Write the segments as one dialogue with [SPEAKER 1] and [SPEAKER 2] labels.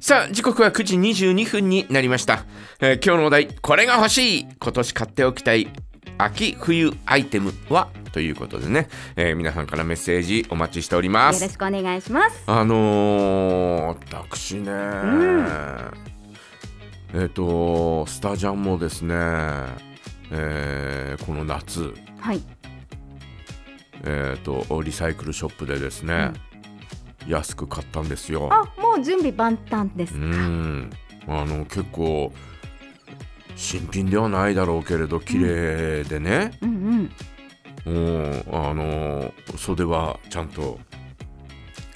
[SPEAKER 1] さあ時刻は9時22分になりました、えー今日のお題これが欲しい今年買っておきたい秋冬アイテムはということでね、えー皆さんからメッセージお待ちしておりま
[SPEAKER 2] よろ
[SPEAKER 1] す
[SPEAKER 2] しくお願いします。
[SPEAKER 1] あのー、私ね、えっ、とスタジャンもですね、えーこの夏
[SPEAKER 2] はい。
[SPEAKER 1] えー、とリサイクルショップでですね、安く買ったんですよ。
[SPEAKER 2] あ、もう準備万端です
[SPEAKER 1] う。んあの結構新品ではないだろうけれど綺麗でね、
[SPEAKER 2] うんう
[SPEAKER 1] う
[SPEAKER 2] ん。
[SPEAKER 1] ん、あの袖はちゃんと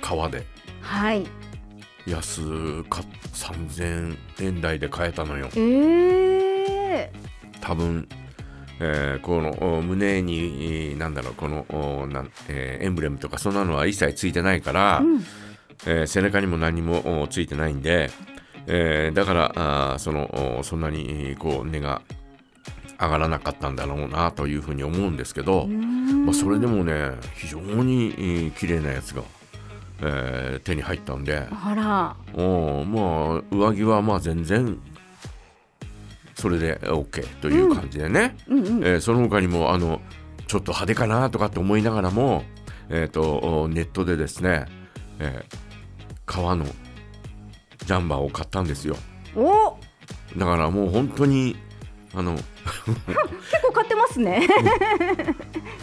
[SPEAKER 1] 革で
[SPEAKER 2] はい。
[SPEAKER 1] 安か3000円台で買えたのよ。
[SPEAKER 2] ええ
[SPEAKER 1] 多分えーこのお胸にえーなんだろうこのおなん、えーエンブレムとかそんなのは一切ついてないから、
[SPEAKER 2] うん
[SPEAKER 1] えー背中にも何もおついてないんで、えーだからあーそのおそんなにえーこう値が上がらなかったんだろうなというふうに思うんですけど、まあ、それでもね非常にえー綺麗なやつが、えー手に入ったんで。
[SPEAKER 2] あら。
[SPEAKER 1] おまあ上着はまあ全然それで OK という感じでね、
[SPEAKER 2] うんうん。
[SPEAKER 1] えーその他にもあのちょっと派手かなとかって思いながらも、えー、とおネットでですね、えー革のジャンバーを買ったんですよ
[SPEAKER 2] お、
[SPEAKER 1] だからもう本当にあの
[SPEAKER 2] 結構買ってますね。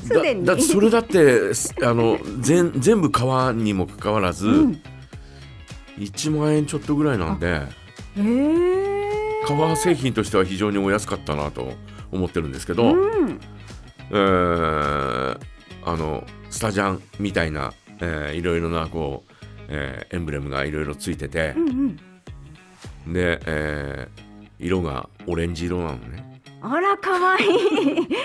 [SPEAKER 2] すでに。
[SPEAKER 1] だだってそれだってすあの全全部革にもかかわらず、
[SPEAKER 2] うん。
[SPEAKER 1] 1万円ちょっとぐらいなんで。
[SPEAKER 2] ええ
[SPEAKER 1] 革製品としては非常にお安かったなと思ってるんですけど、
[SPEAKER 2] うん。
[SPEAKER 1] えーあのスタジャンみたいな、えーいろいろなこう、えーエンブレムがいろいろついてて
[SPEAKER 2] う、んうん。
[SPEAKER 1] で、えー色がオレンジ色なのね
[SPEAKER 2] あら可愛い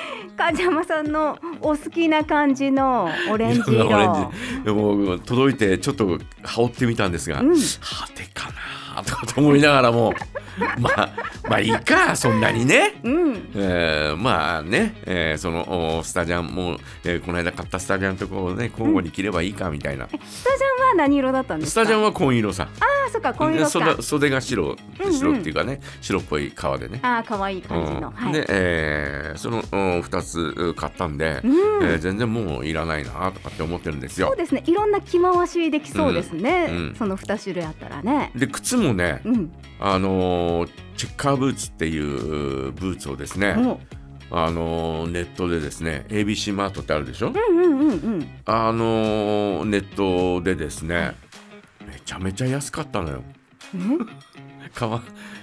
[SPEAKER 2] 梶山さんのお好きな感じのオレンジ
[SPEAKER 1] 色が
[SPEAKER 2] 色
[SPEAKER 1] オレ。ンジでも届いてちょっと羽織ってみたんですが、
[SPEAKER 2] うん
[SPEAKER 1] 派手かなとかと思いながらもまあまあいいかそんなにね。
[SPEAKER 2] うん。
[SPEAKER 1] えーまあね、えーそのおスタジャンも、えーこの間買ったスタジャンとこをね交互に着ればいいかみたいな、
[SPEAKER 2] スタジャンは何色だったんです
[SPEAKER 1] ス
[SPEAKER 2] か。
[SPEAKER 1] タジャン
[SPEAKER 2] は。
[SPEAKER 1] は紺色さ
[SPEAKER 2] あ、そっか、紺色
[SPEAKER 1] 袖
[SPEAKER 2] か。
[SPEAKER 1] 袖が白
[SPEAKER 2] うんうん
[SPEAKER 1] 白っていうかね、白っぽい革でね、
[SPEAKER 2] あー、可愛い感じ
[SPEAKER 1] う
[SPEAKER 2] の。
[SPEAKER 1] ん
[SPEAKER 2] はい。
[SPEAKER 1] で、えーその2つ買ったんで、
[SPEAKER 2] うん
[SPEAKER 1] えー全然もういらないなとかって思ってるんです
[SPEAKER 2] そ
[SPEAKER 1] よ
[SPEAKER 2] うですね。いろんな着回しできそうですね。
[SPEAKER 1] うんうん
[SPEAKER 2] その二種類あったらね。
[SPEAKER 1] で靴もね、
[SPEAKER 2] うん。
[SPEAKER 1] あのーチェッカーブーツっていうブーツをですね、
[SPEAKER 2] も
[SPEAKER 1] あのーネットでですね ABC マートってあるでしょ、
[SPEAKER 2] う。うんうんうんうん。
[SPEAKER 1] あのーネットでですねめちゃめちゃ安かったのよ革、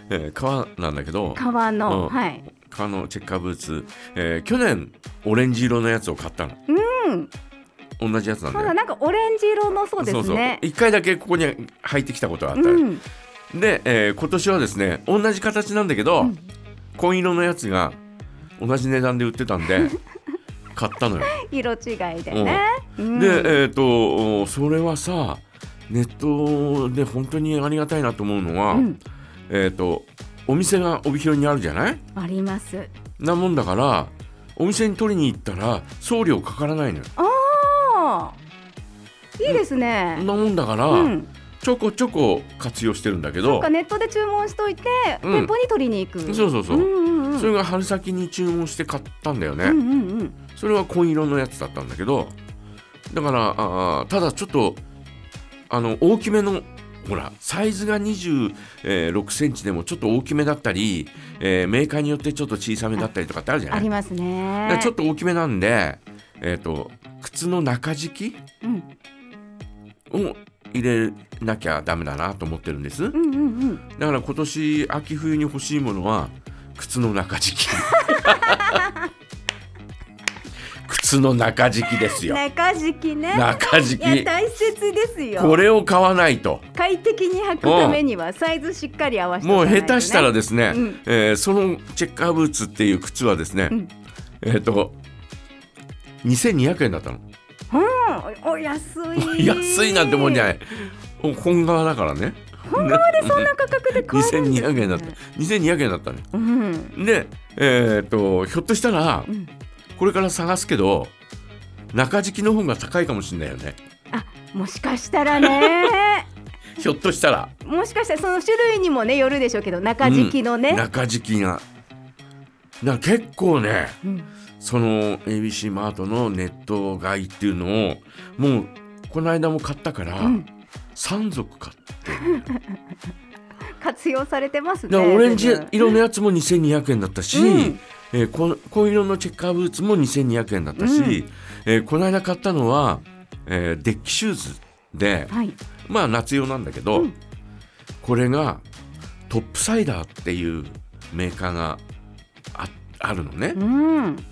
[SPEAKER 1] えー革なんだけど
[SPEAKER 2] 革
[SPEAKER 1] う
[SPEAKER 2] の、
[SPEAKER 1] ん
[SPEAKER 2] はい。
[SPEAKER 1] 革のチェッカーブーツ、えー去年オレンジ色のやつを買ったの
[SPEAKER 2] ん
[SPEAKER 1] 同じやつなんだ
[SPEAKER 2] ま
[SPEAKER 1] よ
[SPEAKER 2] だなんかオレンジ色のそうで
[SPEAKER 1] そう
[SPEAKER 2] す
[SPEAKER 1] そう
[SPEAKER 2] ね。
[SPEAKER 1] 一回だけここに入ってきたことがあったよ、
[SPEAKER 2] うん。
[SPEAKER 1] で、えー今年はですね同じ形なんだけど、
[SPEAKER 2] うん
[SPEAKER 1] 紺色のやつが同じ値段で売ってたん で買ったのよ
[SPEAKER 2] 色違いでね。うん
[SPEAKER 1] で、えっ、と、おそれはさ、ネットで本当にありがたいなと思うのは、
[SPEAKER 2] うん
[SPEAKER 1] えっ、と、お店が帯広にあるじゃない
[SPEAKER 2] あります。
[SPEAKER 1] なもんだから、お店に取りに行ったら送料かからないのよ。
[SPEAKER 2] ああ。いいですね。
[SPEAKER 1] なもんだから、
[SPEAKER 2] うん。
[SPEAKER 1] ちょこちょこ活用してるんだけ
[SPEAKER 2] な
[SPEAKER 1] ど
[SPEAKER 2] んか、ネットで注文しといて、
[SPEAKER 1] うん
[SPEAKER 2] 店舗に取りに行く。
[SPEAKER 1] そうそうそうん
[SPEAKER 2] うんうん。
[SPEAKER 1] それが春先に注文して買ったんだよね。
[SPEAKER 2] うんうんうん。
[SPEAKER 1] それは紺色のやつだったんだけど、だから、あーただちょっと、あの、大きめの、ほら、サイズが26センチでもちょっと大きめだったり、えーメーカーによってちょっと小さめだったりとかってあるじゃな
[SPEAKER 2] あ
[SPEAKER 1] い
[SPEAKER 2] ります
[SPEAKER 1] だ
[SPEAKER 2] ね
[SPEAKER 1] から。ちょっと大きめなんで、えっ、と、靴の中敷き
[SPEAKER 2] うん
[SPEAKER 1] を入れなきゃダメだなと思ってるんです。だ
[SPEAKER 2] うんうんうん。
[SPEAKER 1] から今年、秋冬に欲しいものは、靴の中敷 き。靴の中敷きですよ。
[SPEAKER 2] 中敷きね。
[SPEAKER 1] 中敷
[SPEAKER 2] いや
[SPEAKER 1] き
[SPEAKER 2] 大切です
[SPEAKER 1] こ
[SPEAKER 2] よ。
[SPEAKER 1] れを買わないと
[SPEAKER 2] 快適に履くためにはサイズしっかり合わせてお
[SPEAKER 1] も
[SPEAKER 2] か
[SPEAKER 1] う
[SPEAKER 2] ないとね。
[SPEAKER 1] 下手したらですね、
[SPEAKER 2] うん
[SPEAKER 1] えーそのチェッカーブーツっていう靴はですね、
[SPEAKER 2] うん
[SPEAKER 1] えっ、と2200円だったの
[SPEAKER 2] うん、お安い。。
[SPEAKER 1] 安いなんてもんじゃないい本革だからね本
[SPEAKER 2] これ そんな価格で買えるんですね。
[SPEAKER 1] 2200円だった2200円だったね
[SPEAKER 2] うん。
[SPEAKER 1] でえっ、とひょっとしたら
[SPEAKER 2] うん
[SPEAKER 1] これから探すけど中敷きの方が高いかもしれないよね
[SPEAKER 2] あ、もしかしたらね。
[SPEAKER 1] ひょっとしたら
[SPEAKER 2] もしかしたらその種類にもねよるでしょうけど中敷きの
[SPEAKER 1] うん
[SPEAKER 2] ね、
[SPEAKER 1] 中敷きがだから結構ね
[SPEAKER 2] うん
[SPEAKER 1] その ABC マートのネット買いっていうのをもうこの間も買ったから、
[SPEAKER 2] うん
[SPEAKER 1] 3足買ってるだか
[SPEAKER 2] 活用されてますね
[SPEAKER 1] らオレンジ
[SPEAKER 2] 随分
[SPEAKER 1] 色のやつも2200円だったし、
[SPEAKER 2] うん
[SPEAKER 1] えーこ紺色のチェッカーブーツも2200円だったし、
[SPEAKER 2] うん
[SPEAKER 1] えーこの間買ったのは、えーデッキシューズで
[SPEAKER 2] はい
[SPEAKER 1] まあ夏用なんだけど、
[SPEAKER 2] うん
[SPEAKER 1] これがトップサイダーっていうメーカーがああるのね。
[SPEAKER 2] うん
[SPEAKER 1] で、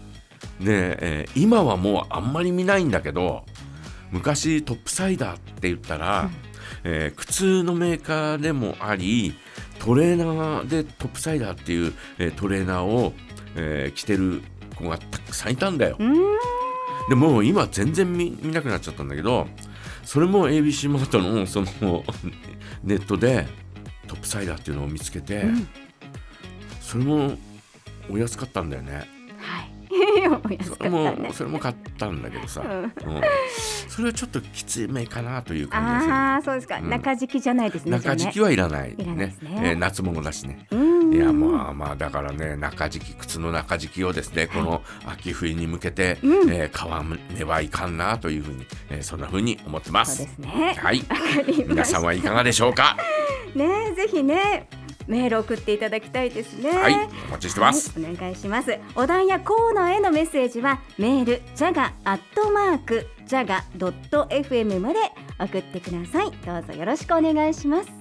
[SPEAKER 1] えー今はもうあんまり見ないんだけど昔トップサイダーって言ったら、えー靴のメーカーでもありトレーナーでトップサイダーっていう、えートレーナーを、えー着てる子がたくさんいたんだよ。
[SPEAKER 2] うん
[SPEAKER 1] でもう今全然見見なくなっちゃったんだけどそれも ABC マートの そのネットでトップサイダーっていうのを見つけて、
[SPEAKER 2] ん
[SPEAKER 1] それもお安かったんだよね。
[SPEAKER 2] はい お安かっ
[SPEAKER 1] そ
[SPEAKER 2] た
[SPEAKER 1] れも
[SPEAKER 2] ね
[SPEAKER 1] それも買ったんだけどさ、
[SPEAKER 2] うん
[SPEAKER 1] うんそれはちょっときつめかなという感じが
[SPEAKER 2] ああそうですか、
[SPEAKER 1] うん
[SPEAKER 2] 中敷きじゃないです
[SPEAKER 1] する
[SPEAKER 2] ねじゃあ
[SPEAKER 1] 中
[SPEAKER 2] ね
[SPEAKER 1] 敷きはいらない
[SPEAKER 2] いらない
[SPEAKER 1] ね
[SPEAKER 2] ですね
[SPEAKER 1] えー夏物だしね
[SPEAKER 2] うん
[SPEAKER 1] いやまあまあだからね中敷き靴の中敷きをですねこの秋冬に向けて、
[SPEAKER 2] うん
[SPEAKER 1] えー買わねばいかんなというふうに、えーそんなふうに思ってま
[SPEAKER 2] そ
[SPEAKER 1] す
[SPEAKER 2] うですね
[SPEAKER 1] はい
[SPEAKER 2] わかりま
[SPEAKER 1] 皆
[SPEAKER 2] した
[SPEAKER 1] さんはいかがでしょうか
[SPEAKER 2] ねぜひねメール送っていただきたいですね
[SPEAKER 1] はいお待ちしてます、
[SPEAKER 2] はいお願いしますお題やコーナーへのメッセージはメールジャガアットマークジャガ .fm まで送ってくださいどうぞよろしくお願いします